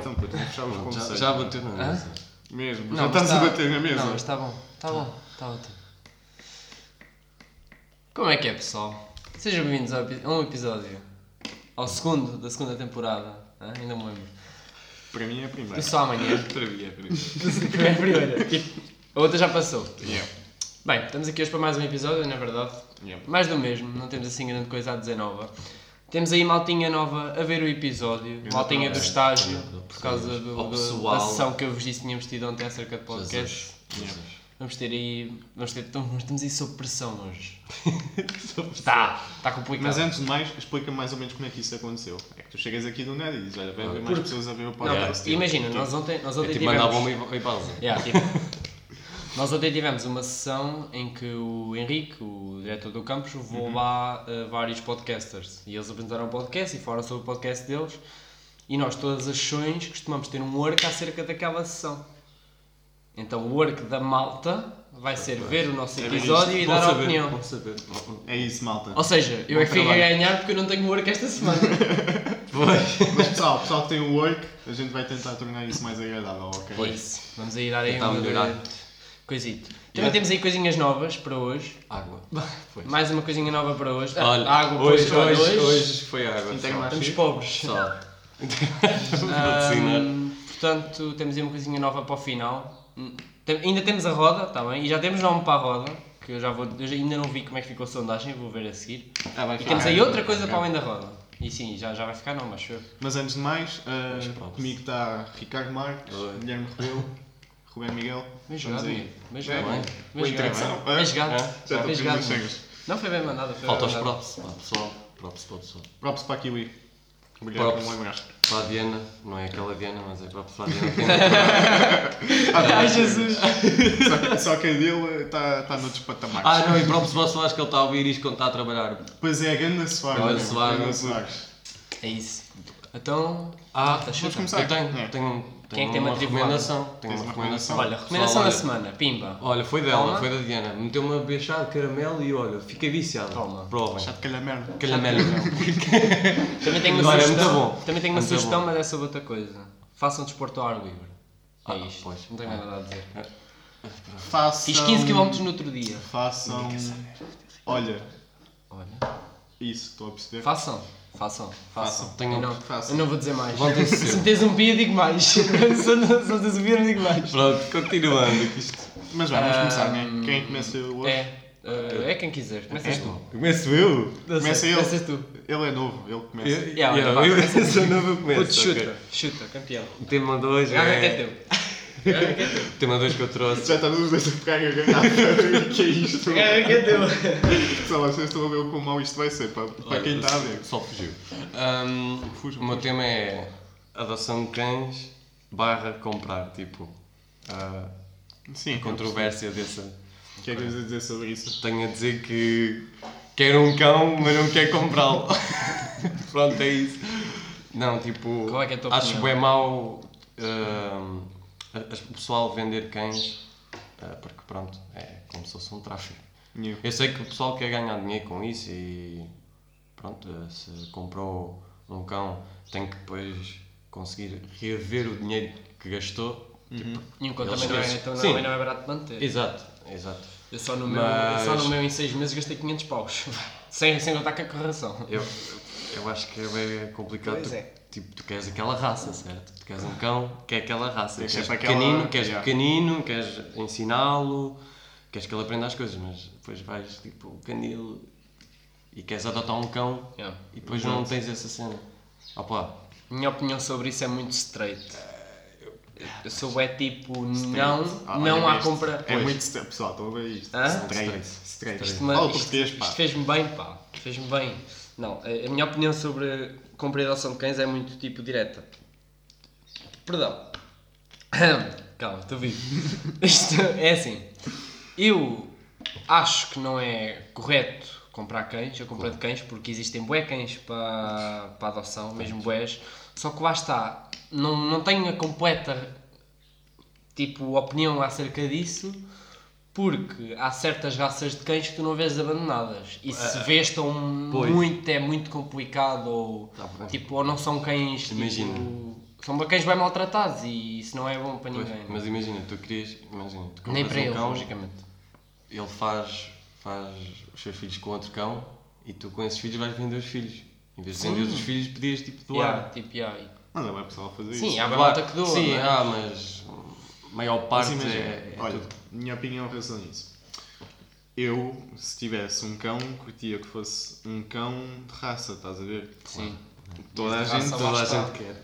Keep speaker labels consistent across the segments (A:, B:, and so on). A: Então, já bateu na
B: Hã?
A: mesa. Mesmo, já
B: mas
A: estás a
B: tá-
A: bater na mesa.
B: Não, mas está bom. Está bom. Está ótimo. Como é que é, pessoal? Sejam bem-vindos ao epi- a um episódio. Ao segundo da segunda temporada. Hã? Ainda me lembro.
A: Para mim é a primeira.
B: E só amanhã.
A: Para mim é a primeira.
B: Foi a primeira. A outra já passou.
A: yeah.
B: Bem, estamos aqui hoje para mais um episódio, na verdade.
A: Yeah.
B: Mais do mesmo, não temos assim grande coisa a dizer nova. Temos aí maltinha nova a ver o episódio, maltinha do estágio, por causa do-
C: Ao
B: do- da
C: pessoal.
B: sessão que eu vos disse que tínhamos tido ontem acerca de podcast.
C: Jesus. Jesus.
B: Vamos ter aí. Vamos ter, então, nós estamos aí sob pressão hoje. Está, está complicado.
A: Mas antes de mais, explica mais ou menos como é que isso aconteceu. É que tu chegas aqui do nada e dizes, olha, vai haver mais pessoas a ver o
B: Não,
A: podcast.
B: porque imagina, nós ontem, nós ontem
C: É tipo
B: tivemos.
C: mandar a bomba e- e pausa.
B: Yeah, tipo, nós ontem tivemos uma sessão em que o Henrique, o diretor do campus, levou lá eh, vários podcasters e eles apresentaram o podcast e falaram sobre o podcast deles. E nós, todas as sessões, costumamos ter um work acerca daquela sessão. Então, o work da malta vai ser ver o nosso
A: bem
B: episódio
A: isto.
B: e
A: Bom
B: dar a
A: saber,
B: opinião.
C: Bom saber.
A: É isso, malta.
B: Ou seja, eu é que fico a
C: trabalho.
B: ganhar porque eu não tenho work esta semana.
A: Mas pessoal, pessoal que tem o work, a gente vai tentar tornar isso mais agradável, ok?
B: É isso. Vamos aí dar aí
C: Tentar
B: uma
C: Tá melhorar.
B: coisito. Também
C: Yeah.
B: temos aí coisinhas novas para hoje.
C: Água. Foi.
B: Mais uma coisinha nova para hoje. Ah,
C: Olha,
B: água
C: hoje,
B: pois,
C: hoje,
B: olha,
C: hoje foi água.
A: Não tenho
C: pessoal.
A: mais.
B: Estamos pobres.
C: Pessoal. Patrocinar.
A: né?
B: Ahm, portanto, temos aí uma coisinha nova para o final. Hum, tem- ainda temos a roda, está bem? E já temos nome para a roda, que eu já vou. Eu já- ainda não vi como é que ficou a sondagem, vou ver a seguir.
A: Ah, vai
B: E
A: ficar.
B: temos aí outra coisa para além da roda. E sim, já, já vai ficar não, mas eu.
A: Mas antes de mais, ah,
C: Mas pronto.
A: comigo está Ricardo Marques,
C: Oi.
A: Guilherme Rebelo, Rubén Miguel.
B: Bem
A: Estamos
B: jogado,
A: aí.
B: bem
A: É,
B: jogado.
A: bem.
B: Bem
A: Boa
B: jogado.
A: interação.
B: Bem
A: Ah,
B: jogado.
A: Já estou
B: Bem
A: pedindo
B: jogado.
A: as cegas.
B: Não foi bem mandado, foi
C: Falta os
B: bem mandado.
C: props, pá, pessoal. Props para o pessoal.
A: Props para a Kiwi. Obrigado por
C: Props.
A: me lembraste.
C: Para a Diana, não é aquela Diana, mas é props para a Diana.
A: Ah,
B: Jesus!
A: só, só que a dele está tá noutros patamares.
C: ah, não, e props para o Soares que ele está a ouvir isto quando está a trabalhar.
A: Pois é, a Ganda Soares.
C: Olha,
A: né?
C: Soares.
A: Ganda Soares.
B: É isso. Então,
C: Ah,
B: tá
A: Vamos
B: chuta.
A: começar.
C: eu tenho,
A: É.
C: tenho, tenho
B: Quem é que tem
C: uma
B: uma tripulada?
C: recomendação. Tenho
A: Tens
C: uma
A: uma
C: recomendação.
A: recomendação?
B: Olha, recomendação
C: Pessoal,
B: da
C: olha,
B: semana, pimba.
C: Olha, foi dela,
B: Calma.
C: foi da Diana. Meteu uma beijada de caramelo e olha, fiquei viciado.
B: Calma.
C: Provem.
A: Chato é calhamelo.
C: Caramelo.
B: Também tenho uma
C: Agora é
B: sugestão,
C: muito bom.
B: Também tenho uma
C: Muito
B: sugestão
C: bom.
B: mas é sobre outra coisa. Façam desporto ao ar livre. É
C: Ah,
B: isto.
C: pois. Ah,
B: Não tenho nada a dizer.
A: Façam...
B: Fiz 15 km no outro dia.
A: Façam... Olha,
B: Olha.
A: isso, estou a perceber.
B: Façam. Façam. Façam.
A: Façam.
B: Eu,
C: Tenham-
B: não,
A: façam.
B: eu não vou dizer mais.
C: Levantem-se cedo.
B: Se me tens um pia, digo mais. se me tens um pia, não digo mais.
C: Pronto, continuando. que isto-
A: Mas vá, vamos começar,
B: Ahm,
A: né? Quem começa hoje?
B: É. eh, é quem quiser. Começas tu.
C: Começo eu?
B: Não sei,
A: Começa ele.
B: Começas tu.
A: Ele é novo, ele começa.
C: Eu,
B: Yeah,
C: yeah,
B: vai,
C: eu sou novo, eu começo.
B: Puto,
C: ok.
B: chuta. Chuta, campeão.
C: O tema 2
B: Gaga que é
C: é...
B: teu. Gaga que é teu.
C: O tema 2 que eu trouxe.
A: Já estamos os dois a pegar a garrafa. que é isto?
B: Gaga que é teu.
A: Só vocês estão a ver o quão mau isto vai ser para, para quem está a ver. Hum,
C: Só fugiu. Ahm,
A: Fujo,
C: o meu tema é adoção de cães barra comprar, tipo... a
A: Sim,
C: controvérsia dessa.
A: O que é que tens a dizer sobre isso?
C: Tenho a dizer que quero um cão, mas não quero comprá-lo. Pronto, é isso. Não, tipo,
B: Qual é que é a tua
C: acho
B: opinião?
C: bem mau hum, a- a- o pessoal vender cães, ah, porque pronto, é como se fosse um tráfico.
A: Yeah.
C: Eu sei que o pessoal quer ganhar dinheiro com isso e pronto, eh, se comprou um cão tem que depois conseguir reaver o dinheiro que gastou. Tipo,
B: E um conto
C: Eles
B: também não é,
C: esquecem.
B: então
C: Sim.
B: também não é barato de manter.
C: Exato, exato.
B: Eu só no, meu, eu só no meu em 6 meses gastei 500 paus. sem, sem contar com a correção.
C: Eu, eu acho que é bem complicado.
B: Pois
C: tu,
B: é.
C: Tipo, tu queres aquela raça, certo? Tu queres um cão, quer aquela raça.
A: Tem
C: Queres
A: sempre aquela-
C: pequenino, queres
A: Yeah.
C: pequenino, queres ensiná-lo, queres que ele aprenda as coisas, mas depois vais tipo canil e queres adotar um cão
B: Yeah.
C: e depois não tens essa cena. Opa,
B: Minha opinião sobre isso é muito straight. Eu sou é tipo, não,
A: Ah,
B: não
A: olha
B: há
A: este.
B: compra.
A: É
C: Pois.
A: muito straight, pessoal, estão a ver isto.
B: Hã?
A: Straight. Straight.
B: Isto, me-
A: Fala
B: isto-
A: português, pá.
B: isto fez-me bem, pá. Fez-me bem. Não, a a minha opinião sobre compra e adoção de cães é muito tipo direta. Perdão. Calma, estou vivo. Isto é assim. Eu acho que não é correto comprar cães, eu comprei de cães, porque existem bué cães para, para adoção, mesmo bués. Só que lá está, não, não tenho a completa tipo, opinião acerca disso, porque há certas raças de cães que tu não vês abandonadas. E se vês estão é
C: pois.
B: muito, é muito complicado, ou,
C: Tá bem.
B: tipo, ou não são cães,
C: Imagina.
B: tipo... São cães bem maltratados e isso não é bom para
C: Pois,
B: ninguém.
C: mas imagina, tu querias. Imagina, tu
B: Nem
C: compras
B: para
C: um
B: eles,
C: cão,
B: logicamente.
C: ele faz, faz os seus filhos com outro cão e tu com esses filhos vais vender os filhos. Em vez de vender os filhos, pedias tipo doar.
B: Yeah, tipo, yeah, e-
A: Mas é bem pessoal fazer isso.
B: Sim, há bem
C: Doar.
B: malta que doa.
C: Sim,
B: não é?
C: ah, mas a maior
A: Mas
C: parte
A: imagina,
C: é, é
A: olha,
C: tudo.
A: minha opinião em relação a isso. Eu, se tivesse um cão, curtia que fosse um cão de raça, estás a ver?
B: Sim.
A: Toda a
B: De raça
A: gente,
B: lá
A: toda a
B: está.
A: gente
C: é.
A: quer.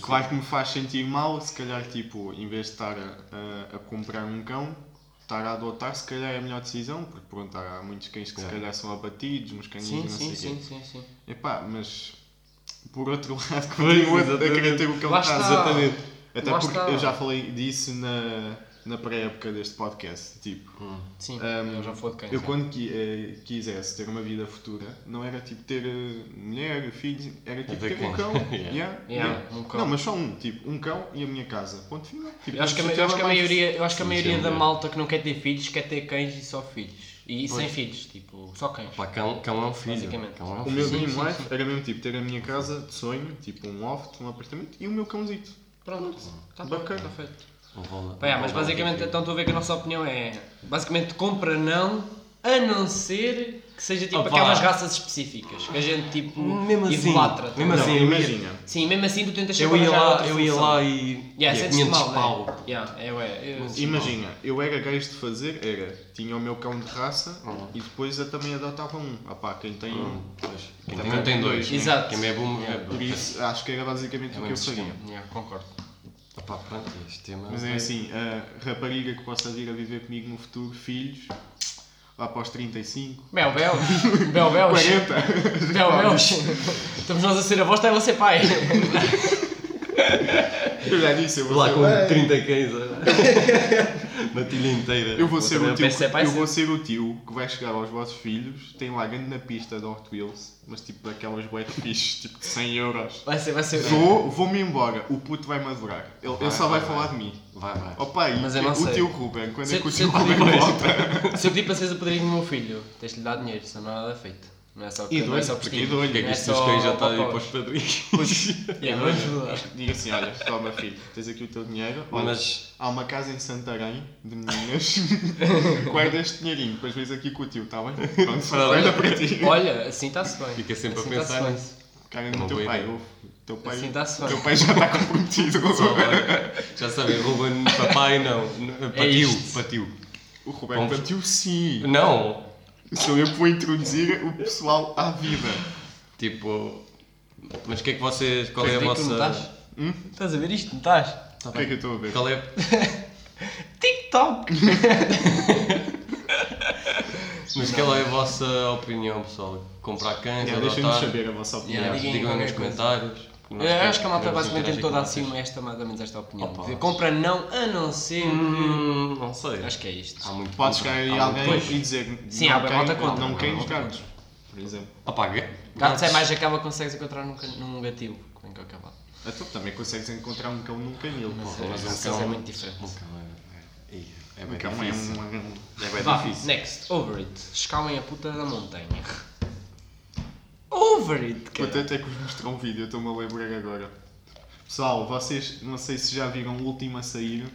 A: Claro que me faz sentir mal, se calhar, tipo, em vez de estar a, a- a comprar um cão, estar a adotar, se calhar é a melhor decisão, porque pronto, há muitos cães que se
C: Claro.
A: calhar são abatidos, uns cães
B: Sim,
A: não
B: sim,
A: sei
B: sim,
A: sim.
B: sim, sim.
A: quê. Epá, mas por outro lado, continuo a- a querer ter o cão de
B: Lá
A: raça.
B: está.
A: Exatamente. Até
B: Lá
A: porque
B: está.
A: eu já falei disso na, na pré-época deste podcast, tipo...
C: Hum.
B: Sim,
A: Um,
B: eu já fui de cães.
A: Eu
B: já.
A: quando qui- eh, quisesse ter uma vida futura, não era tipo ter eh, mulher, filhos, era tipo
C: ter
A: ter um
C: cão.
A: cão.
C: Yeah.
A: yeah,
B: Yeah,
A: yeah.
B: um cão.
A: Não, mas só um, tipo, um cão e a minha casa. Ponto final. Tipo,
B: Eu acho que, a,
A: não
B: ma- eu acho que a
A: precisava mais-
B: maioria, eu acho que a
C: Sim,
B: maioria
C: sim,
B: da
C: é.
B: malta que não quer ter filhos quer ter cães e só filhos. E sem
C: Pois.
B: filhos, tipo, só cães.
C: Pá, cão, cão é um filho.
B: Basicamente.
C: Cão é um
A: O
C: filho.
A: meu
B: Sim,
A: dream
B: sim,
A: life
B: sim.
A: era mesmo tipo ter a minha casa de sonho, tipo um loft, um apartamento e o meu cãozito.
B: Pronto,
C: Hum.
B: está
A: Bacana.
B: Tá feito.
C: Um rola-
B: Pá, é,
C: um
B: mas
C: rola-
B: basicamente, então estou a ver que a nossa opinião é basicamente compra não, a não ser que seja tipo
C: Opa.
B: aquelas raças específicas que a gente tipo
C: Ah, Mesmo assim,
B: idolatra.
C: mesmo
B: Não.
A: Não,
C: assim, eu ia-
A: imagina.
B: Sim, mesmo assim tu tentas
C: Eu
B: sempre
C: ia
B: arranjar
C: lá,
B: outra
C: eu ia
B: solução.
C: lá e.
B: Yeah,
C: e é
B: sentes-te mal,
C: pau.
B: né? Yeah, eu é, eu-
C: Mas-
A: Imagina, eu era gajo de fazer, era, tinha o meu cão de raça
C: Uhum.
A: e depois eu também adotava um. Ah pá, quem tem um.
C: Hum, pois. Quem
A: Também
C: tem um tem dois. né?
B: Exato.
C: Quem é bom é
A: Por
C: bom.
A: isso, acho que era basicamente
C: É
A: o
C: o
A: que eu
C: mesmo
A: faria.
C: esquema.
B: Yeah, concordo.
C: Pá, pronto, este tema.
A: Mas é assim, a rapariga que possa vir a viver comigo no futuro, filhos, lá para os 35,
B: Bel, bel. Bel, bel.
A: 40.
C: É
B: Bel, bel. Estamos nós a ser avós, está ela a ser pai.
A: Eu já disse, eu vou
C: Lá
A: ser
C: com
A: bem.
C: 30 cães, olha. Uma tilha inteira.
A: Eu vou ser,
B: também
A: o tio,
B: penso é
A: que-
B: pai
A: eu vou ser o tio que vai chegar aos vossos filhos, tem lá grande na pista de Hot Wheels, mas tipo daquelas bué fixe, tipo de 100 euros.
B: Vai ser, vai ser.
A: Vou- Vou-me embora, o puto vai-me adorar, ele, ele só vai,
C: Vai, vai,
A: falar
C: vai.
A: de mim.
C: Vai, vai.
A: Ó pai,
B: Mas eu não
A: o
B: sei.
A: teu Ruben, quando é
B: Se-
A: que o
B: se
A: teu
B: eu te digo
A: Ruben
B: isto.
A: volta?
B: Se eu pedir para seres o padrinho do meu filho, tens de lhe dar dinheiro, senão não há nada feito. Não é só
A: E
B: não é
A: dois,
B: só
A: porque
B: prestígio.
A: e dois,
C: Porque é que
B: Não
C: isto dos cães já está aí
B: papai.
C: para os padrinhos?
B: Yeah, vamos mudar.
A: Diga assim, olha, toma filho, tens aqui o teu dinheiro, olha,
C: Mas.
A: Há uma casa em Santarém de meninas. Guarda este dinheirinho, depois vês aqui com o tio, está bem? Pronto, guarda para ti.
B: Olha, assim está-se bem.
C: Fica sempre a
B: assim
C: pensar
B: está-se bem.
A: Cara
C: É
A: do
C: uma
A: teu
C: boa
A: pai,
C: ideia.
A: ouve. Teu pai,
B: Assim está-se bem.
A: teu pai já está comprometido.
C: Só agora. Já sabem, Ruben, papai não.
B: É
C: Patiu,
B: isto.
C: patiu.
A: o Roberto partiu sim.
C: Não.
A: Sou eu que vou introduzir o pessoal à vida.
C: Tipo. Mas o que é que vocês. Qual é a
B: Pois é, tu não
C: vossa.
B: estás?
A: Hum?
B: Estás a ver isto? Não estás?
A: O que é que eu estou a ver?
C: Qual é.
B: TikTok!
C: Mas qual é a vossa opinião, pessoal? Comprar cães,
A: Yeah, Deixem-nos
B: tá.
C: adotar?
A: É, saber a vossa opinião.
B: Yeah, digam
C: digam aí nos
B: qualquer coisa.
C: comentários. Nós
B: Eu acho que a malta
C: queremos
B: basicamente tem
C: interagir
B: toda
C: com
B: assim
C: vocês.
B: esta, mais ou menos esta opinião.
C: Opa.
B: De compra não, a não ser.
C: Hum, não sei.
B: Acho que é isto.
C: Há muito
A: Pode chegar aí
C: há muito-
A: alguém
B: Pois.
A: e dizer
B: Sim, há
A: não
B: bem
A: quem-
B: malta contra.
A: não quem os
B: Malta
A: gatos, por exemplo.
C: Ah pá, ga-
B: Gatos é mais aquela que consegues encontrar num, can- num gatilho. que Tem que acabar.
A: Ah, tu também consegues encontrar um cão num canil.
C: Porra, mas
B: Isso
C: um cão
B: é muito diferente.
C: Um cão é- é. É
A: Um
C: bem
A: cão é
C: difícil.
A: um...
C: É bem
B: Vá,
C: difícil.
B: next, over it. Escalem a puta da montanha. Over it, cara.
A: Quanto até que vos mostrou um vídeo, eu estou-me a lembrar agora. Pessoal, vocês não sei se já viram o último a sair.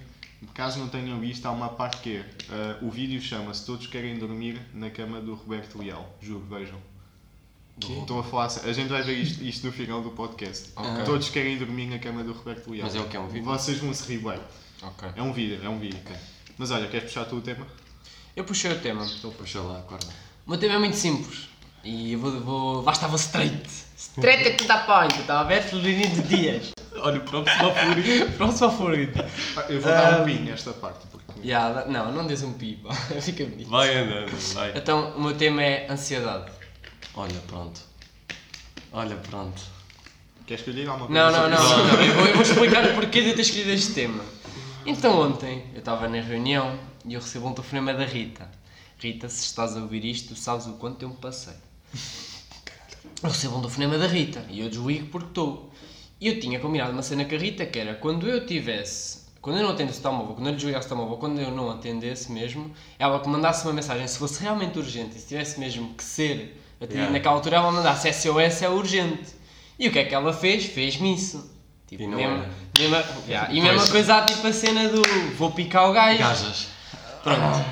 A: Caso não tenham visto, há uma parte que é. ah, o vídeo chama-se Todos Querem Dormir na Cama do Roberto Leal. Juro, vejam. Estou a falar. sé- A gente vai ver isto, isto no final do podcast.
B: Ok.
A: Todos querem dormir na cama do Roberto Leal.
C: Ah, Mas é o que é um vídeo.
A: Vocês vão se rir bem.
B: Ok.
A: É um vídeo, é um vídeo.
C: Ok.
A: Mas olha, queres puxar tu o tema?
B: Eu puxei o tema.
C: Puxa lá, acorda.
B: O meu tema é muito simples. E eu vou. vou basta vou straight. Straight é que dá point. Está a ver? Florido Dias.
C: Olha, o próprio Sofuri.
B: Próximo favorito.
A: Ah, Eu vou dar um pin nesta parte. Porque...
B: Yeah, não, não diz um pipa. Fica bonito.
C: Vai andando, vai.
B: Então, o meu tema é ansiedade.
C: Olha, pronto. Olha, pronto.
A: Queres que eu diga alguma coisa?
B: Não,
A: sobre
B: não, não,
A: isso?
B: não, não. Eu, vou, eu vou explicar o porquê de eu ter escolhido este tema. Então ontem eu estava na reunião e eu recebo um telefonema da Rita. Rita, se estás a ouvir isto, tu sabes o quanto eu me passei. Eu recebo um telefonema da Rita e eu desligo porque estou. E eu tinha combinado uma cena com a Rita que era quando eu tivesse. Quando eu não atendesse o telemóvel, quando eu desligasse o telemóvel, quando eu não atendesse mesmo, ela que mandasse uma mensagem se fosse realmente urgente e se tivesse mesmo que ser atendido
C: Yeah.
B: é naquela altura, ela mandasse SOS é urgente. E o que é que ela fez? Fez-me isso. Tipo,
C: E não
B: mesmo,
C: era.
B: mesma, yeah, E mesma
C: Pois.
B: coisa há tipo a cena do vou picar o gajo,
C: Gajas.
B: pronto.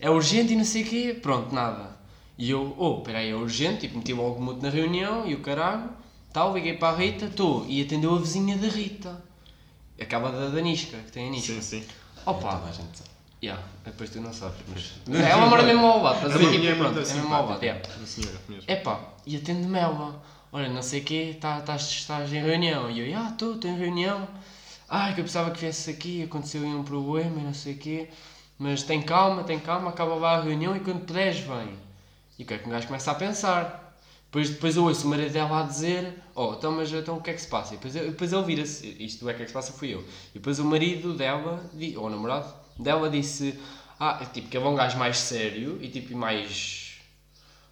B: É urgente e não sei o quê, pronto, nada. E eu, oh, peraí, é urgente, tipo, meti logo o mudo na reunião e o caralho, tal, liguei para a Rita, estou, e atendeu a vizinha da Rita. Acaba da, da Nisca, que tem a Nisca.
A: Sim, sim.
B: Opa,
C: Toda a gente sabe.
B: yeah, depois tu não sabes, mas... é uma mora mesmo ao lado, mas
A: A minha
B: aqui,
A: é muito
B: pronto, é mesmo ao lado,
A: simpática,
B: yeah.
A: A senhora mesmo.
B: Epá, e atende-me ela. Olha, não sei o quê, tá- estás estás em reunião. E eu, ah, estou, estou em reunião. Ai, que eu pensava que viesse aqui, aconteceu aí um problema e não sei o quê. Mas tem calma, tem calma, acaba lá a reunião e quando puderes, vem. E o que é que um gajo começa a pensar? Depois, depois eu ouço o marido dela a dizer, oh, então, mas então o que é que se passa? E depois, eu- depois ele vira-se, isto do é que é que se passa fui eu. E depois o marido dela, di- ou o namorado dela disse, ah, tipo, que é um gajo mais sério e tipo, mais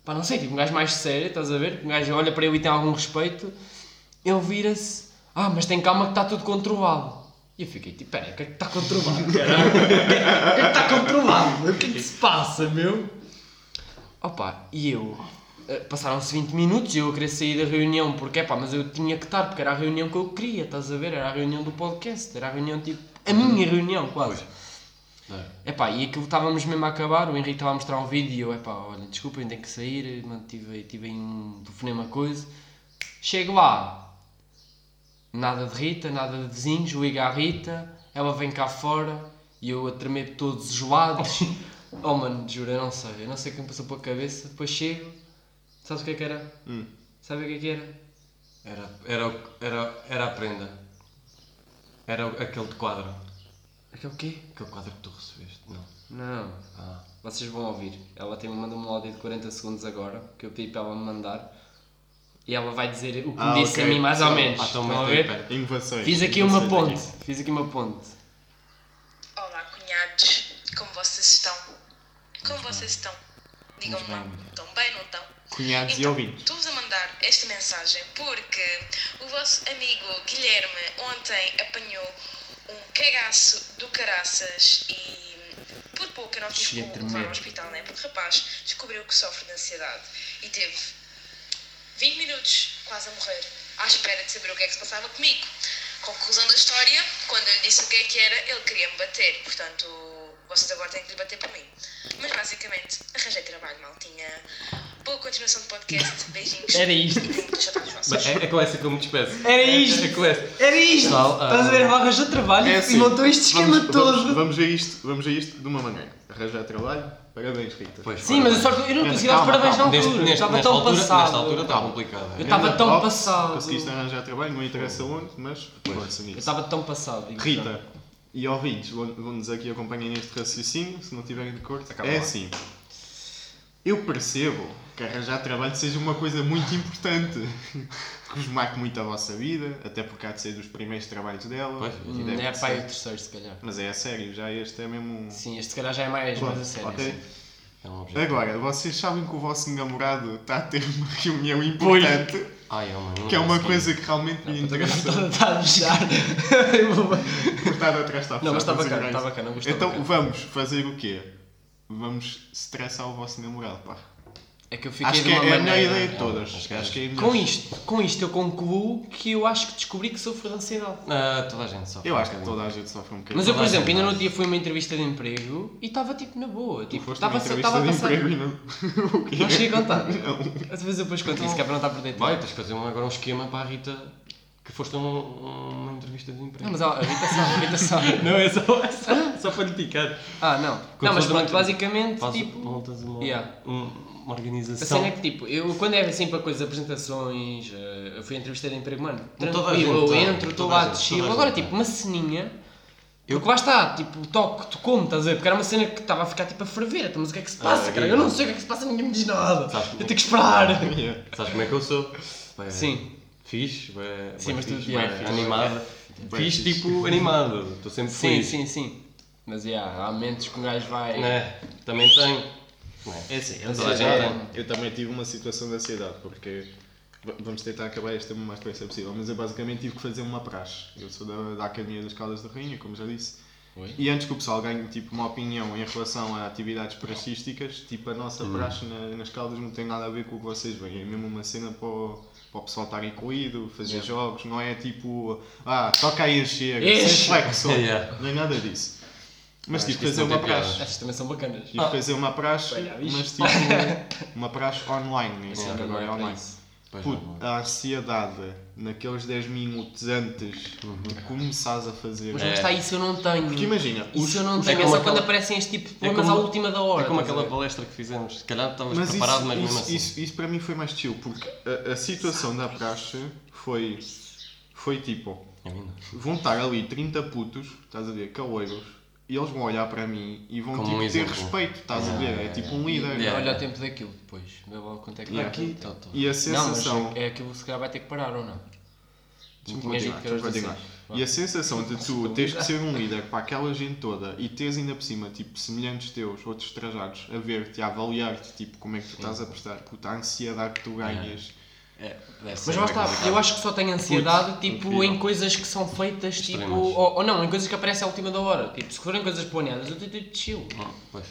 B: pá, não sei, tipo, um gajo mais sério, estás a ver? Um gajo olha para ele e tem algum respeito, ele vira-se, ah, mas tem calma que está tudo controlado. E eu fiquei tipo, pera, o que é que está controlado? caralho? O que é o que é que está controlado? O que é que se passa, meu? Opa, e eu. eh, Passaram-se 20 minutos e eu queria sair da reunião porque, pá, mas eu tinha que estar, porque era a reunião que eu queria, estás a ver? Era a reunião do podcast, era a reunião tipo. a minha reunião, quase.
C: É.
B: Epá, e aquilo estávamos mesmo a acabar, o Henrique estava a mostrar um vídeo e eu, epá, olha, desculpa, eu tenho que sair, mano, tive, tive aí um telefonema coisa. Chego lá, nada de Rita, nada de vizinhos, ligo à Rita, ela vem cá fora e eu a tremer por todos os lados. oh mano, juro, eu não sei, eu não sei o que me passou pela cabeça, depois chego, sabes o que é que era?
A: Hum.
B: Sabe o que é que era?
C: Era, era, o- era, era a prenda. Era o- aquele de quadro.
B: Aquele quê?
C: Aquele quadro que tu recebeste. Não.
B: Não.
C: Ah.
B: Vocês vão ouvir. Ela tem mandou-me um áudio de 40 segundos agora, que eu pedi para ela me mandar. E ela vai dizer o que
A: Ah,
B: me disse
A: ok.
B: a mim, mais ou
C: Então,
B: menos.
C: ah,
B: Estão
C: então
B: a
C: mete aí,
B: ver?
C: pera.
A: Inovações.
B: Fiz aqui uma ponte.
A: Inovações.
B: Fiz aqui uma ponte.
D: Olá, cunhados. Como vocês estão? Como vocês estão? Digam-me lá. Estão bem, não estão?
A: Cunhados e
D: Então,
A: ouvintes.
D: estou-vos a mandar esta mensagem porque o vosso amigo Guilherme ontem apanhou um cagaço do caraças e hum, por pouco eu não tive
B: Cheguei a
D: que o
B: tremer.
D: levar ao hospital, né? Porque o rapaz descobriu que sofre de ansiedade e teve 20 minutos quase a morrer à espera de saber o que é que se passava comigo. Conclusão da história, quando eu lhe disse o que é que era, ele queria me bater, portanto vocês agora têm que lhe bater por mim. Mas basicamente, arranjei trabalho, maltinha. Boa continuação do podcast, beijinhos.
B: Era isto.
D: E tenho que deixar para os vossos.
C: Mas é, é com essa que eu me despeço.
B: Era
C: É-
B: isto.
C: É, com essa.
B: Era isto!
C: Pessoal, ah,
B: Estás a ver? Ela arranjou trabalho
A: É
B: e
A: assim,
B: montou este esquema
A: vamos,
B: todo.
A: Vamos, vamos ver isto, vamos ver isto de uma maneira. Arranjar trabalho, parabéns, Rita.
C: Pois,
B: Sim, mas eu só eu não consegui dar os
A: Calma,
B: parabéns na
A: calma.
B: altura.
C: Neste, neste,
B: estava
C: nesta,
B: tão
C: altura,
B: passado.
C: nesta altura tá é. está complicada.
B: Eu estava
A: Ainda
B: tão
A: top,
B: passado.
A: Conseguiste arranjar trabalho, não interessa onde, mas assim. força
B: Eu
A: nisso.
B: estava tão passado. então. digo-te já.
A: Rita e ouvintes, vão- vão-nos aqui acompanhem neste raciocínio, se não tiverem de corte.
C: Acaba
A: é
C: lá.
A: assim. Eu percebo que arranjar trabalho seja uma coisa muito importante, que vos marque muito a vossa vida, até porque há de ser dos primeiros trabalhos dela.
C: Pois,
A: e
B: Hum,
A: deve
B: É
A: de
B: pá,
A: ser.
B: e o terceiro, se calhar.
A: Mas é a sério, já este é mesmo um.
B: Sim, este se calhar já é mais, mais a sério.
A: Ok?
B: sim.
C: É um objeto.
A: Agora, vocês sabem que o vosso namorado está a ter uma reunião importante,
C: Ai, é uma,
A: que é uma coisa que realmente me
B: Puta, agora
A: interessa.
B: Está a deixar. Eu vou-
A: Cortado atrás está
B: Não, mas está
A: fechado,
B: bacana, tá
A: segurança.
B: está bacana, eu gostei,
A: Então
B: bacana.
A: vamos fazer o quê? Vamos stressar o vosso namorado, pá.
B: É que eu fiquei
A: acho
B: de
A: que é
B: uma
A: é a melhor
B: maneira... Ah,
A: ideia de todas.
C: acho que
A: Acho que é a melhor.
B: Com isto, com isto eu concluo que eu acho que descobri que sofro de ansiedade.
C: Ah, toda a gente sabe.
A: Eu acho que toda a gente sofre um bocadinho.
B: Mas eu,
C: Toda
B: por
C: a
B: exemplo,
C: gente
B: ainda no
C: acha.
B: outro dia fui a uma entrevista de emprego e estava tipo na boa.
A: Tu
B: Tipo,
A: foste a uma
B: estava
A: entrevista
C: um
A: de emprego e não... o quê? Então,
B: Não cheguei a contar. Às vezes eu depois conto isso, que é para não estar por dentro.
C: Vai, tens de fazer um- agora um esquema para a Rita que foste a um- uma entrevista de emprego.
B: Não, mas ó, a Rita sabe, a Rita sabe. Não é só essa.
C: Só para lhe picar.
B: Ah, não. Não,
C: Quando
B: mas
C: faz
B: pronto,
C: uma-
B: basicamente,
C: Faz,
B: tipo...
C: montas uma,
B: Yeah.
C: um- uma
B: A
C: organização.
B: cena é que, tipo, eu quando é assim para coisas, apresentações, eh, eu fui a entrevista de emprego, mano,
C: Toda a
B: tranquilo,
C: gente,
B: eu
C: toda-
B: entro, estou
C: toda a
B: lá
C: gente,
B: de
C: toda
B: chill.
C: a
B: Agora,
C: gente,
B: tipo, uma ceninha, porque lá está, tipo, toque, tocou-me, estás a ver? Porque era uma cena que estava a ficar, tipo, a ferver, então, mas o que é que se passa,
C: Ah,
B: cara?
C: é.
B: Eu não sei o que é que se passa, ninguém me diz nada,
C: Sabes
B: eu
C: como é?
B: tenho que esperar.
A: Yeah.
C: Sabes como é que eu sou? Bué
B: Sim.
C: Fixe, bué,
B: Sim,
C: bué
B: mas tu-
C: fixe,
B: yeah,
C: bué
B: fixe.
C: animado.
A: Bué
C: Fixe,
A: fixe.
C: tipo animado. Estou sempre
B: Sim,
C: feliz.
B: sim, sim. Mas, yeah, há momentos que um gajo vai...
C: Né? Também tenho. Né?
A: É assim,
B: um
C: Toda a gente
A: ansiedade. Eu também tive uma situação de ansiedade, porque... v- Vamos tentar acabar esta o mais depressa possível, mas eu basicamente tive que fazer uma praxe. Eu sou da, da Academia das Caldas da Rainha, como já disse.
B: Oi?
A: E antes que o pessoal ganhe tipo, uma opinião em relação a atividades praxísticas, tipo a nossa praxe na- nas caldas não tem nada a ver com o que vocês veem, é mesmo uma cena para o, para o pessoal estar incluído, fazer
B: Yeah.
A: jogos, não é tipo, ah, toca aí encher,
B: Enche!
A: sem flexo,
C: Yeah.
A: nem nada disso. Mas
C: Acho
A: tipo,
C: que isso
A: fazer
C: não
A: uma
C: tem
A: praxe.
C: piada.
B: Estas também são bacanas.
A: Tive que fazer é uma praxe,
B: Olha, viste?
A: mas tipo, uma praxe online, nem
B: Isso
A: sempre
B: não
A: agora
B: é
A: é
B: para
A: online.
B: isso.
C: Pois
A: Puto,
C: não, é. não.
A: a ansiedade naqueles 10 minutos antes
C: Uhum.
A: de começares a fazer.
B: Mas
C: É.
B: lá está, isso eu não tenho.
A: Porque imagina, os-
B: Isso eu não
C: os-
B: tenho,
C: é
B: é,
C: como
B: só
C: aquela-
B: quando aparecem este tipo de
C: é
B: problemas
C: como-
B: à última da hora.
C: É
B: estás
C: como
B: a
C: aquela
B: ver?
C: palestra que fizemos. Se calhar estavas
A: Mas
C: preparado,
A: isso,
C: mas
A: isso,
C: mesmo assim.
A: isso, isso para mim foi mais chill, porque a, a situação da praxe foi, foi tipo,
C: A mim não.
A: vão estar ali 30 putos, estás a ver, caloiros, e eles vão olhar para mim e vão
C: Como
A: tipo,
C: um
A: ter
C: exemplo.
A: respeito, estás a
C: Yeah,
A: ver, é
C: yeah,
A: tipo um líder.
C: Yeah.
B: Olha o tempo daquilo depois, vê lá quanto é que
A: Yeah.
B: dá aquilo.
C: Aqui, tá, tá.
A: E a
B: Não, mas
A: sensação...
B: é aquilo se calhar vai ter que parar ou não?
A: Deixa-me
B: Tinhas
A: continuar,
B: dito que
A: deixa-me
B: eras
A: continuar.
B: 16.
A: E a sensação de tu teres que ser um líder para aquela gente toda e teres ainda por cima, tipo, semelhantes teus, outros trajados, a ver-te, a avaliar-te, tipo, como é que tu estás a prestar, puta, a ansiedade que tu ganhas.
C: É, deve
B: Mas
C: ser
B: lá
C: bem
B: está,
C: complicado.
B: eu acho que só tenho ansiedade tipo
A: incrível.
B: em coisas que são feitas tipo.
C: Extremas.
B: Ou, ou não, em coisas que aparecem à última da hora. Tipo, se forem coisas planeadas, eu tenho tipo chill.
C: Hum, Pois.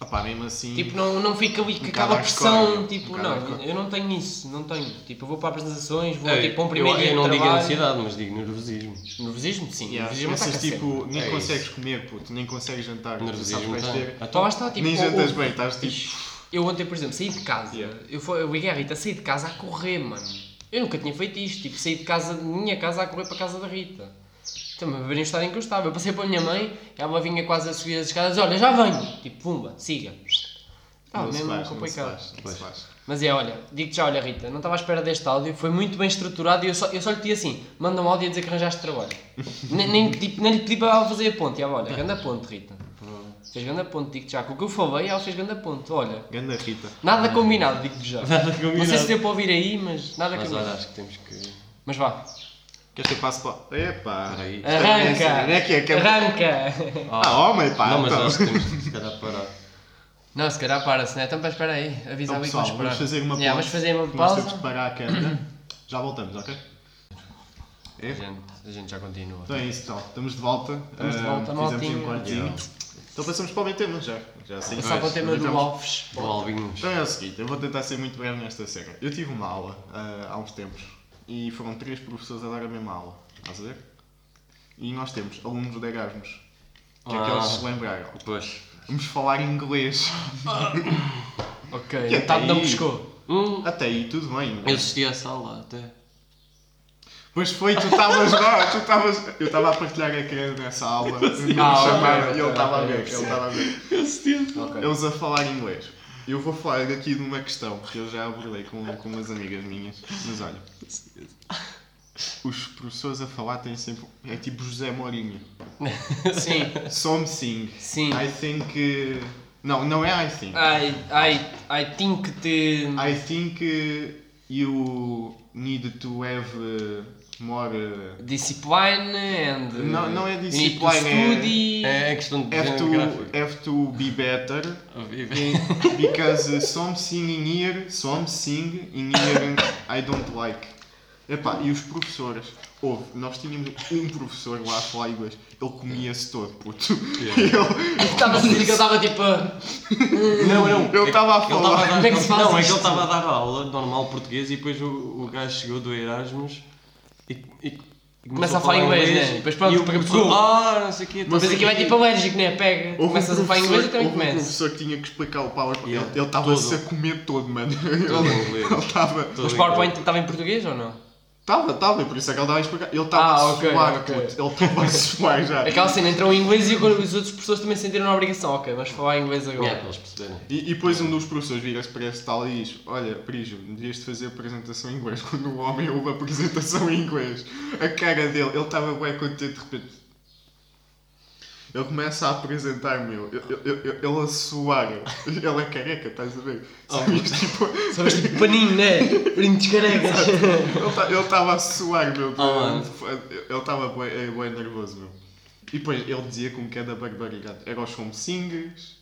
A: Ah pá, mesmo assim...
B: Tipo, não, não fica ali com
A: Um
B: aquela
A: bocado
B: pressão.
A: hardcore, um
B: tipo,
A: bocado
B: não,
A: hardcore. É,
B: eu não tenho isso, não tenho. Tipo, eu vou para apresentações, vou
C: Ei,
B: tipo para um
C: É, eu-
B: primeiro
C: eu,
B: dia de
C: não digo
B: trabalho.
C: ansiedade, mas digo nervosismo.
B: Nervosismo? Sim,
A: Yeah,
B: nervosismo
A: pensas,
B: ataca
A: tipo,
B: sempre.
A: nem
C: É
A: consegues comer, puto, nem consegues jantar, tu sabes que
C: Nervosismo
A: vais ter...
C: tá.
B: Então lá está, tipo,
A: nem
B: ou-
A: jantas
B: ou-
A: bem, estás tipo...
B: Eu ontem, por exemplo, saí de casa.
A: Yeah.
B: Eu, fui, eu liguei à Rita, saí de casa a correr, mano. Eu nunca tinha feito isto. Tipo, saí de casa, de minha casa, a correr para a casa da Rita. Então, Também ver o estado em que eu estava. Eu passei para a minha mãe, ela vinha quase a subir as escadas. Olha, já venho. Tipo, pumba, siga. Estava
A: não se
B: Ah, mesmo
A: faz, não se
B: complicado.
A: faz, não se faz.
B: Mas é, olha, digo-te já, olha Rita, não estava à espera deste áudio, foi muito bem estruturado e eu só, eu só lhe pedi assim, manda um áudio a dizer que arranjaste trabalho. nem, nem, tipo, nem lhe pedi para ela fazer a ponte, e ela, olha, grande ponte Rita. Fez grande ponte, digo-te já, com o que eu falei, ela fez grande ponte, olha.
A: Ganda Rita.
B: Nada combinado, digo-te já.
C: Nada
B: Não sei
C: combinado.
B: se deu para ouvir aí, mas nada
C: Mas
B: combinado.
C: olha, acho que temos que.
B: Mas vá,
A: Queres que eu passe para... Epá...
C: Espera aí.
B: arranca,
A: Não é que é que é-
B: arranca.
A: Ah, homem, pá,
C: Não, mas
A: então.
C: acho que temos que se calhar parar.
B: Não, se calhar para-se, né? Então, pá, espera aí,
A: Então,
B: avisava aí que
A: pessoal,
B: vamos
A: vamos,
B: parar.
A: fazer uma pausa.
B: Yeah, vamos fazer uma
A: Nós temos que
B: pausa.
A: parar a câmera. Já voltamos, ok?
B: A
A: É?
B: gente, a gente já continua.
A: Então é isso, então. Estamos de volta.
B: Estamos de
A: Ah,
B: volta,
A: Fizemos aí
B: maltinha.
A: um quartinho.
C: Yeah.
A: Então passamos para o meu tema já. Já sei.
B: Passar para o tema do
A: Então,
B: Alves.
C: Do Albinhos.
A: Então é o seguinte, eu vou tentar ser muito breve nesta cena. Eu tive uma aula ah, há uns tempos e foram três professores a dar a mesma aula. Estás a ver? E nós temos alunos de Erasmus. O que é que
C: Ah.
A: eles se lembraram?
C: Pois.
A: Vamos falar inglês.
B: Ok,
A: Que é
B: metade não
A: aí?
B: pescou.
C: Hum,
A: Até aí, tudo bem.
C: eu assisti à sala até.
A: Pois foi, tu estavas lá, tu estavas. Eu estava a partilhar a criança nessa aula, não me
B: Ah, ok,
A: chamaram, e
B: ok,
A: ele estava a
B: ok,
A: ver, ele
B: sim.
A: estava a ver.
C: Eu assisti à sala.
A: Eles a falar inglês. Eu vou falar aqui de uma questão que eu já abordei com, com umas amigas minhas, mas olha. Os professores a falar têm sempre. É tipo José Mourinho.
B: Sim,
A: Something.
B: sim.
A: I think. uh, Não, não é I think.
B: I, I, I think te.
A: I think uh, you need to have uh, more. uh,
B: Discipline and.
A: Não- não é
B: you need to
A: discipline, é-
B: study.
C: É a questão de
A: Have
C: desenho
A: to,
C: gráfico.
A: have to be better.
C: A viver.
A: because uh, something in here, something in here I don't like. Epá, e os professores? Houve, nós tínhamos um professor lá a falar inglês, ele comia-se todo, puto. Eu-
B: Estava assim, que eu estava tipo. a-
C: Não, não.
A: Eu estava a
C: É Ele estava a
A: falar.
C: dar,
B: Como é que se faz
C: não, é que
B: isto?
C: ele estava a dar aula normal português e depois o, o gajo chegou do Erasmus e, e- e
B: Começa a falar inglês, né? Depois pronto,
C: e o
B: pegou-
C: professor, ah, não sei o quê.
A: Mas
B: Mas aqui vai tipo alérgico, né? Pega,
A: Houve um
B: começas a falar
A: professor-
B: inglês e também
A: houve um
B: começas.
A: professor que tinha que explicar o PowerPoint.
C: Yeah,
A: Ele ele estava-se a
C: todo.
A: comer todo, mano.
C: Todo em
A: Ele
C: inglês.
A: ele estava.
C: Todo.
B: Mas PowerPoint
A: então.
B: estava em português ou não?
A: Estava, estava, por isso é que ele estava a explicar. Ele estava
B: Ah,
A: a
B: ok,
A: suar,
B: ok. É
A: puto. Ele estava a suar já.
B: Aquela cena entrou em inglês e agora os outros professores também sentiram a obrigação. Ok, vamos falar inglês
C: É, para
B: agora.
C: eles perceberem.
A: E, e depois um dos professores vira-se para esse tal e diz: Olha, Prígio, devias-te fazer a apresentação em inglês. Quando o homem ouve a apresentação em inglês, a cara dele, ele estava bem contente de repente. Ele começa a apresentar, meu. eu- eu- eu- eu- Ele a suar. Ele é careca, estás a ver?
B: Oh,
A: Sabes, tipo,
B: Sabes tipo paninho, né? Paninho de carecas.
A: ele ta- ele estava a suar, meu.
B: Oh,
C: Ah, mano.
A: Ele estava bem, bem nervoso, meu. E depois ele dizia com cada barbaridade: Era os homesingers.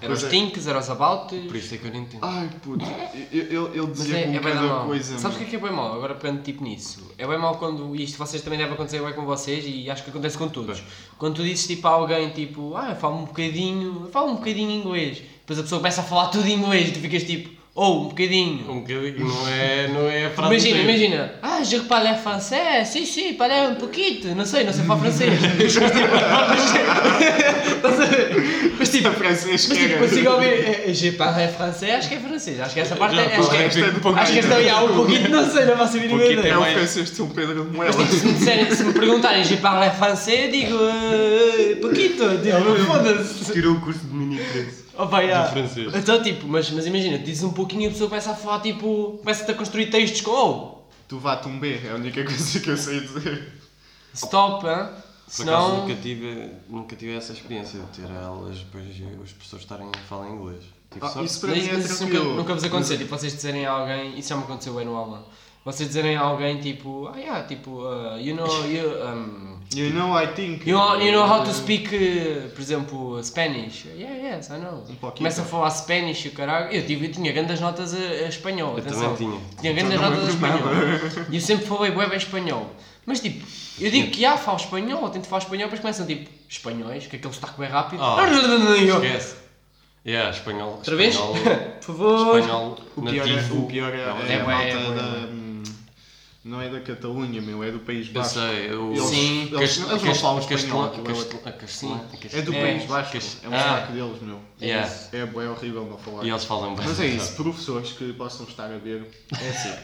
B: Eram os
A: Pois é.
B: tinks, eram os about.
C: Por isso é que eu não entendo.
A: Ai, puto. Ele, ele- ele
B: Mas
A: dizia
B: é,
A: com
B: é bem da
A: cada
B: mal.
A: coisa.
B: Sabes o
A: meu.
B: que é que é bem mal? Agora pegando tipo nisso. É bem mal quando isto vocês também deve acontecer bem com vocês e acho que acontece com todos. Quando tu dizes tipo a alguém tipo, ah, eu falo um bocadinho, eu falo um bocadinho inglês. Depois a pessoa começa a falar tudo em inglês e tu ficas tipo, Ou um bocadinho. Tipo,
C: Um bocadinho, não é, não é a frase
B: imagina,
C: inteira.
B: imagina. Ah, je parle français. Sim, sim, parle um pouquinho. Não sei, não sei falar francês. Mas tipo, estás a ver? Mas tipo,
A: A francês
B: mas tipo,
A: quer-
B: consigo ouvir. eh, Je parle français, acho que é francês. Acho que essa parte é. Acho que é.
A: Esta é de pouco
B: Acho que esta é um pouquinho, não sei, não faço a mínima
C: Pouquinho
B: ideia.
A: É o
C: mais-
A: francês de São Pedro de Moelas.
B: Mas tipo, se me, disserem, se me perguntarem je parle français, eu digo eh, pouquinho, tipo, foda-se.
C: Tirou o curso de mini preço.
B: Oh, vai, ah.
C: De É francês.
B: Então, tipo, mas, mas imagina, dizes um pouquinho e a pessoa começa a falar, tipo, começa-te a construir textos com oh,
A: Tu vá tumber, é a única coisa que eu sei dizer.
B: stop, hein?
C: Por acaso
B: Senão.
C: nunca, tive, nunca tive essa experiência de ter aulas depois os professores estarem a falar inglês. Tipo, Tive
A: Ah,
C: sorte.
A: isso para
B: Mas
A: mim é
B: mas isso nunca,
A: tranquilo.
B: nunca vos aconteceu, tipo, vocês dizerem a alguém, isso já me aconteceu bem no aula, vocês dizerem a alguém, tipo, ah, yeah, tipo, ah, you know, you, um,
A: You know, I think.
B: you, know- you know how to speak, eh, por exemplo, Spanish? Yeah, yes, I know.
A: Um pouquinho.
B: Começa a falar Spanish e o caralho, eu, tive, eu tinha grandes notas a, a espanhol,
C: Eu
B: atenção.
C: também tinha.
B: Tinha grandes
A: Então não
B: notas a
A: lembro
B: espanhol. E eu sempre falei bué bem espanhol. Mas tipo, eu digo que há, falo espanhol, eu tento falar espanhol, depois começam tipo, espanhóis, que aquele sotaque bem rápido.
A: Oh,
C: Ah,
B: E eu,
C: Esquece. Yeah, espanhol.
B: Outra vez?
C: Espanhol,
B: Por favor.
C: espanhol
A: O pior é,
C: nativo.
A: o pior é,
C: Não,
A: é
B: é
A: a
B: bué,
A: malta
B: é bué,
A: da.
B: é
A: hum, Não é da Catalunha, meu, é do País
C: Eu
A: Basco.
C: sei, eu...
A: Eles-
B: Sim.
A: eles, eles não falam espanhol.
C: Castelã-
A: aquilo é outro-
C: Castelã- Castelã-
A: É do
C: Castelã-
A: País
B: É.
A: Basco,
C: Cas-
A: é um
C: Ah.
A: saco deles, meu.
C: Yeah.
A: É, bué, é horrível não falar.
C: E eles falam bem.
A: Mas é isso, professores que possam estar a ver, é assim.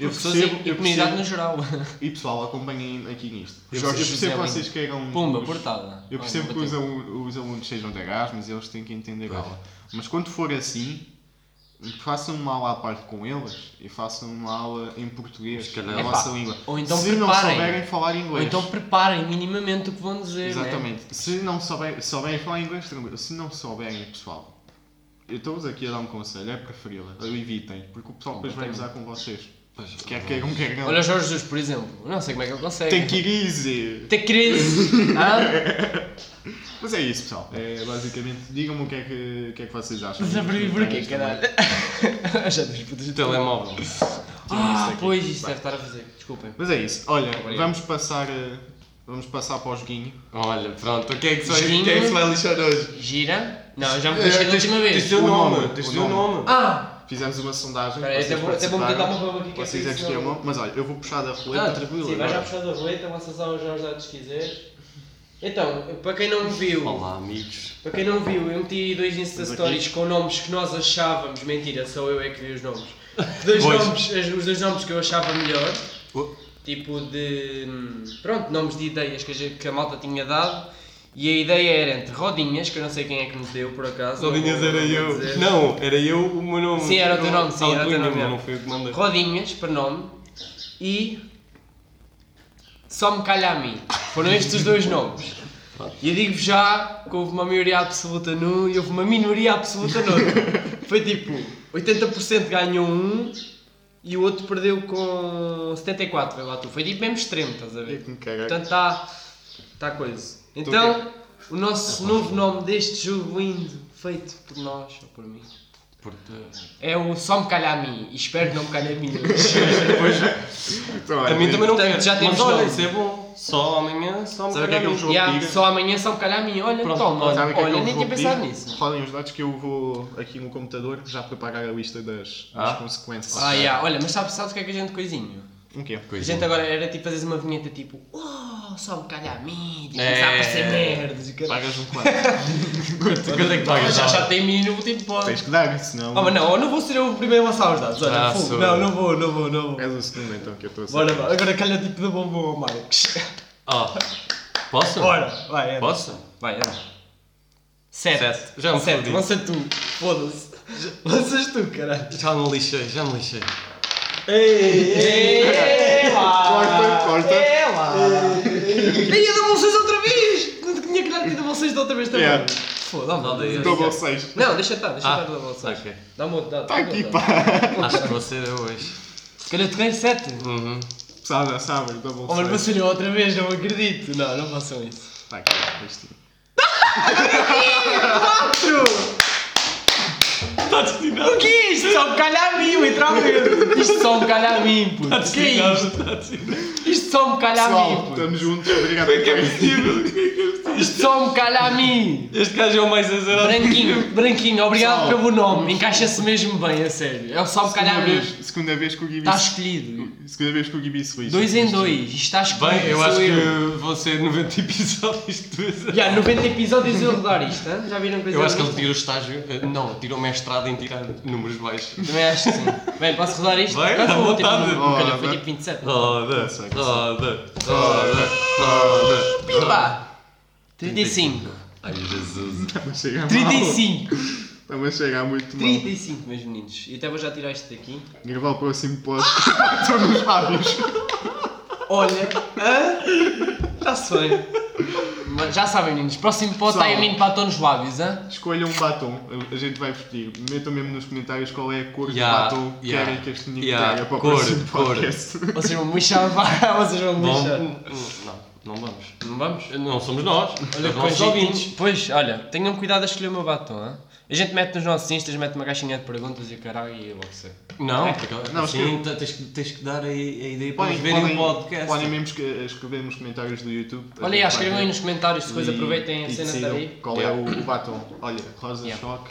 A: Eu
B: Pessoas
A: percebo,
B: e
A: eu
B: assim, comunidade
A: percebo,
B: no geral.
A: e pessoal, acompanhem aqui nisto. Eu
B: Eu
A: percebo,
B: é
A: eu
B: preciso
A: percebo que
B: dizer
A: vocês queiram.
B: Pumba,
A: os-
B: portada.
A: Eu percebo
B: Olha,
A: que os,
B: bateu.
A: alu- os alunos sejam de Erasmus e eles têm que entender
C: Pois.
A: aula. Mas quando for assim, façam uma aula à parte com eles e façam uma aula em português,
C: Mas calhar-
A: na
C: Epá,
A: vossa língua.
B: é ou então
A: Se não
B: preparem.
A: souberem falar
B: Ou
A: inglês.
B: então preparem né? minimamente o que vão dizer.
A: Exatamente. Se não souberem, souberem falar inglês, tranquilo. Se não souberem, pessoal, eu estou-vos aqui a dar um conselho, é preferível, evitem, porque o pessoal depois vai gozar com vocês.
C: Pois,
A: Quer queiram, quer
B: Né?
A: não.
B: Olha o Jorge Jesus, por exemplo. Não sei como é que ele consegue.
A: Tem que ir easy.
B: Tem crise. Hã?
A: Mas é isso, pessoal. É, basicamente, digam-me o que é que, o que, é que vocês acham.
B: Já percebi porquê,
A: Também.
B: caralho. Já dos
A: é
B: putas de
C: Telemóvel.
A: isto
B: Ah,
A: aqui.
B: pois, isso
A: Vai.
B: deve estar a fazer. Desculpem.
A: Mas é isso. Olha,
B: Obrigado.
A: vamos passar, eh, vamos passar para o joguinho.
C: Olha, pronto, o que é que se vai,
B: Esquinho.
C: quem é que se vai lixar hoje?
B: Gira? Não, já me puxei da
C: tens-
B: última
C: Tens de
B: vez.
C: ter o
A: O
C: nome,
A: nome,
C: tens
A: o
C: de ter o
A: nome.
C: nome.
B: Ah!
A: Fizemos uma sondagem.
B: Espera aí,
A: vocês
B: até vou- até vou meter
A: participaram.
B: uma roupa aqui que é
A: Vocês é
B: para
A: que
B: isso
A: escolheram
B: não-
A: o nome. Mas olha, eu vou puxar da roleta. né?
B: Sim, vai já
A: agora.
B: puxar da roleta, vão acessar o Jorge a pesquisar. Então, para quem não viu,
C: Olá, amigos.
B: para quem não viu, eu meti dois Insta
A: Mas aqui-
B: Stories com nomes que nós achávamos, mentira, só eu é que vi os nomes. Dois
C: Pois.
B: nomes, as- os dois nomes que eu achava melhor,
C: Oh.
B: tipo de. hum, Pronto, nomes de ideias que a, gente- que a malta tinha dado. E a ideia era entre Rodinhas, que eu não sei quem é que nos deu por acaso. não
C: Rodinhas
B: vou-
C: era
B: não vou
C: eu.
B: dizer.
C: Não, era eu o meu nome.
B: Sim, era o teu nome, sim, era o teu
C: Alcunha,
B: nome,
C: Não
B: era.
C: foi o que mandei.
B: Rodinhas, para nome, e Só me calha a mim. Foram estes os dois nomes. E eu digo-vos já que houve uma maioria absoluta num e houve uma minoria absoluta no outro. Foi tipo, 80% ganhou um e o outro perdeu com 74, vê lá tu. Foi tipo mesmo extremo, estás a
A: E
B: ver?
A: é que me caguei.
B: Portanto, está tá coisa. Então, o nosso novo nome deste jogo lindo, feito por nós, ou por mim,
C: Porque-
B: é o Só me calha a mim. E espero que não me calhe a mim hoje.
A: Então,
C: A mim também não
B: Portanto,
C: quero.
B: já temos
C: Mas olha,
B: nome.
C: isso é bom. Só amanhã, só me um
A: Sabe o que é que
C: calhar
A: eu
C: a mim.
A: jogo?
B: Yeah,
A: diga.
B: só amanhã são calhar a mim. Olha,
C: Pronto,
B: toma,
A: Sabe o que é que
B: olha,
A: eu
B: nem
A: vou
B: tinha pensado
A: pedir?
B: nisso.
A: Rodem os dados que eu vou aqui no computador já preparar a lista das, das
C: Ah.
A: consequências.
B: Ah, yeah, olha, mas sabes, sabes o que é que a gente coisinho?
A: Um quê?
B: A
C: Coisa.
B: gente agora era tipo fazer uma vinheta tipo, oh, só me calha a mim, tipo,
C: É.
B: começar a aparecer merdas e caralho.
A: Pagas um quanto?
C: Quanto é que
B: Ah,
C: pagas?
B: Já, já tem mim no último ponto.
A: Tens que dar, senão.
B: Oh, mas não, eu não vou ser eu o primeiro a lançar os dados. Olha,
C: Ah,
B: fogo.
C: sou.
B: não, não vou, não vou, não vou.
A: És o segundo então que eu estou a
B: Bora,
A: saber.
B: vá, agora calha tipo da bombom ao Marcos.
C: Ah, posso?
B: Bora, vai, anda.
C: Posso?
B: Vai, anda. Sete.
C: Sete. Já me
B: Sete,
C: fodi.
B: lança tu. Foda-se. Lanças tu, caralho.
C: Já me lixei, já me lixei.
A: Corta,
B: É.
A: corta.
B: Ei, eu dou vocês outra vez! Não tinha que dar, eu dou vocês da outra vez também.
A: Yeah.
B: Foda-se.
A: Então vocês.
B: Não, deixa estar, deixa
C: Ah,
B: estar, dá vocês.
C: ok.
B: Dá-me outro dado.
A: Está
B: dá-me
A: Tá aqui,
B: outro dado.
A: pá.
C: Acho que você é hoje.
B: Calhar te ganho 7.
C: Uhum.
A: Sabe, sabe, double
B: Oh, mas
A: side.
B: vacilou outra vez, não acredito. Não, não façam isso.
A: Está Tá aqui, tipo. isto.
B: O que é isto? um Só me calha a mim, literalmente. Isto só me calha a mim, puto. O que é isto? Isto só me calha a mim.
A: Pessoal,
B: puto.
A: estamos juntos. Obrigado
C: Como é que é
A: por terem
C: possível?
B: Isto só um me calha a mim.
C: Este gajo é o mais azarado.
B: Branquinho, branquinho, obrigado
A: Pessoal.
B: pelo nome. Encaixa-se mesmo bem, a sério. É o só me calha a
A: Segunda
B: mim.
A: vez, segunda vez que o Gibi
B: Está escolhido.
A: Segunda vez que o Gibi se lixa.
B: Dois em dois. Isto Está escolhido.
C: Bem, eu
B: sou
C: acho que vão ser 90 episódios de azar.
B: Já, 90 episódios eu rodar isto, hã? já viram coisa
C: Eu acho que
B: dessas?
C: ele tira o estágio. eh, Não, tira o mestrado em tirar números baixos.
B: Também acho que sim. Bem, posso rodar isto?
C: Vai,
B: Quanto
C: à
B: foi o último
C: vontade.
B: número? Calhou,
A: Roda.
B: foi tipo 27.
C: Roda,
A: sei, não sei.
C: roda, roda, roda.
B: Pimba! 35.
C: Ai, Jesus.
A: Estamos a chegar mal.
B: 35.
A: Estamos a chegar muito mal.
B: 35, meus meninos. E até vou já tirar isto daqui.
A: Gravar o próximo post. Estou nos lábios.
B: Olha, está-se bem. Mas já sabem, meninos. Próximo pote está
A: Pessoal.
B: aí a mim para nos lábios, hã?
A: Escolham um batom. A gente vai vestir. Metam mesmo nos comentários qual é a cor
C: Yeah,
A: do batom que
C: yeah,
A: querem que este menino
C: yeah.
A: traga para o
C: Cor,
A: próximo
C: cor.
A: podcast.
B: Vocês vão me lixar, vá, vocês vão me
C: Não,
B: lixar.
C: não, não vamos. Eh,
B: Não vamos?
C: Não somos nós.
B: Olha,
C: Os nossos
B: com jeitinho.
C: ouvintes.
B: Pois, olha, tenham cuidado a escolher o meu batom, hã? A gente mete nos nossos instas, mete uma caixinha de perguntas e o caralho e é eu logo sei.
C: Não, porque
A: Não,
C: assim te- tens, que- tens que dar a, a ideia para
A: Podem,
C: eles verem
A: podem,
C: o podcast.
A: podem mesmo esque- escrever nos comentários do YouTube. A
B: um Olha
A: gente
B: aí,
A: vai
B: escrevam aí
A: ver
B: nos comentários se coisa
A: e-
B: aproveitem a
A: e
B: cena
A: decidam
B: daí.
A: Qual
C: Yeah.
A: é o, o batom? Olha, Rosa
B: Yeah.
A: Choque.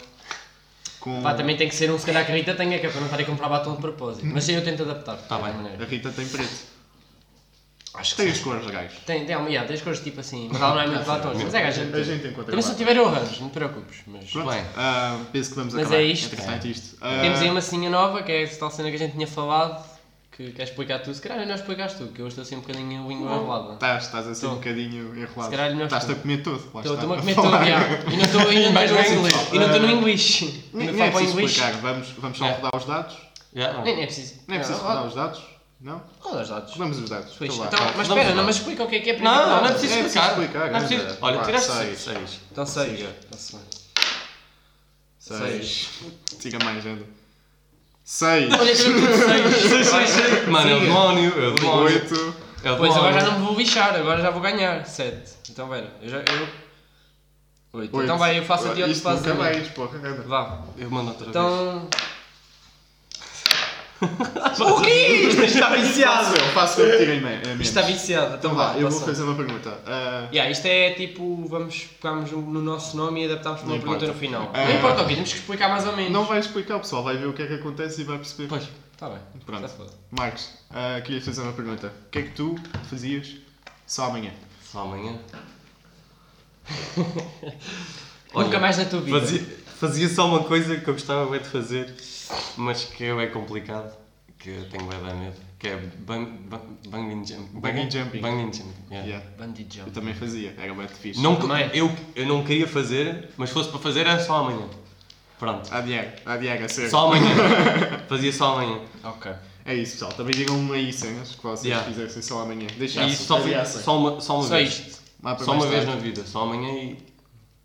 A: Com
B: Pá, também tem que ser um se calhar que a Rita tenha, que é para não estar a comprar batom de propósito. Mas aí eu tento adaptar. Tá
C: bem.
A: A Rita tem preto.
B: Acho que
A: Tem as
B: sim.
A: cores, gajos.
B: Tem, tem, yeah, tem as cores tipo assim, mas ela não é muito batom. Mas é gaja.
A: A gente encontra
B: Também se não
A: lá.
B: tiver eu arranjo, não te preocupes. Mas
A: Pronto,
C: Bem.
A: ah, penso que vamos
B: Mas
A: acabar.
B: é isto.
A: Entretanto, isto. Ah,
B: temos aí uma senha nova, que é a tal cena que a gente tinha falado, que queres explicar tu. Se calhar não explicaste tu, que eu estou assim um bocadinho língua enrolada.
A: Estás, estás assim um
B: Estou.
A: bocadinho enrolado.
B: Se calhar é melhor
A: Estás-te a
B: estou.
A: comer todo. lá
B: Estou
A: está,
B: estou-me a
A: a
B: comer
A: falar.
B: todo, yeah. E não estou e não
C: Mais
B: estou-
C: no inglês.
B: e não estou no inglês. E
A: Nem,
B: não
A: nem é
B: falo para o
A: preciso
B: inglês.
A: explicar. Vamos, vamos só
C: É.
A: rodar os dados.
C: Já, não.
B: Nem nem é preciso.
A: Nem é preciso
B: Não,
A: rodar os dados. Não?
B: Roda os dados.
A: Rodamos os dados.
B: Pois,
A: Sei lá.
B: então,
C: Vá,
B: mas
C: vamos
B: espera,
C: lá.
B: não, mas explica o que é que é para
C: Não, não é
A: preciso
C: preciso explicar.
A: explicar,
C: Não é
A: anda.
C: preciso. Olha,
A: Vá,
C: tiraste
A: seis.
C: 6. 6.
B: Então seis.
A: Tá
B: Está-se bem.
A: Seis. Siga mais, anda. Seis.
B: Olha que eu tenho seis.
C: 6, 6, 6. Mano, é o demónio. É o demónio.
A: Oito.
C: É o demónio.
B: Pois, agora já não me vou lixar, agora já vou ganhar. 7. Então, velho, eu já. Eu... Oito.
A: oito.
B: Então, vai, eu faço a ti ou tu
A: Isto
B: fazes a
A: nunca
B: mim.
A: mais, porra. anda.
B: Vá.
C: Eu mando outra
B: Então.
C: vez. O quê?
B: Isto está Ah, viciado!
A: Faço eu, faço eu que tirei me- a menos.
B: Isto está viciado. Então,
A: Então
B: vá,
C: tá
A: vá, eu vou
B: passa.
A: fazer uma pergunta. Ah,
B: Yeah, isto é tipo, vamos pegarmos no nosso nome e adaptarmos para
A: Não
B: uma pergunta
A: importa.
B: no final.
A: É.
B: Não importa o quê, temos que explicar mais ou menos.
A: Não vai explicar, o pessoal vai ver o que é que acontece e vai perceber.
C: Pois.
B: Tá bem.
A: Pronto.
B: Já se pode.
A: Marcos, ah, queria fazer uma pergunta. O que é que tu fazias só amanhã?
C: Só amanhã.
B: Nunca mais na tua vida.
C: Fazia, fazia só uma coisa que eu gostava bem de fazer, mas que é complicado, que eu tenho bem de medo, que é bun- bun- bungee jump-
A: Bungee jumping.
C: Bungee jumping, yeah.
A: Yeah.
B: Bungee
A: Eu
B: jump.
A: também fazia, era bem fixe.
C: É. Não,
B: Também.
C: eu, eu não queria fazer, mas se fosse para fazer era só amanhã. Pronto,
A: Adiar, adiar, a sério.
C: só amanhã. fazia só amanhã.
B: Ok.
A: É isso, pessoal. Também digam-me aí cenas que vocês
C: Yeah.
A: fizessem só amanhã.
C: E
A: Deixassem,
C: isso só, foi-
A: adiassem.
C: só uma, só uma
B: Só
C: vez.
B: isto.
A: Lá para
C: Só
A: mais
C: uma vez na
A: tarde.
C: vida, só amanhã e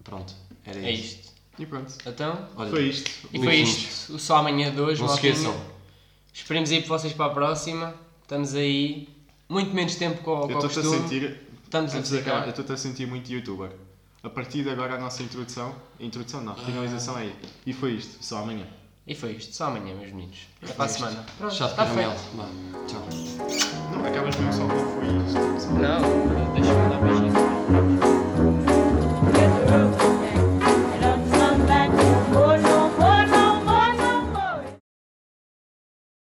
C: pronto, era
B: É
C: isso.
B: isto.
A: E pronto.
B: Então.
C: Olha,
A: Foi isto.
B: E foi
C: beijinhos.
B: isto. O só amanhã de hoje.
C: Não se
B: maltinha.
C: esqueçam.
B: Esperemos aí por vocês para a próxima. Estamos aí. Muito menos tempo com
A: Eu
B: o
A: estou-te a
B: costume.
A: sentir.
B: Estamos a
A: Antes de acabar, eu
B: ficar.
A: estou-te a sentir muito youtuber. A partir de agora a nossa introdução. Introdução não, finalização é aí. E foi isto, só amanhã.
B: E foi isto. Só amanhã, meus meninos. Até para a semana. Pronto,
C: Chato
B: está feito.
C: caramelo. Vá, Tchau.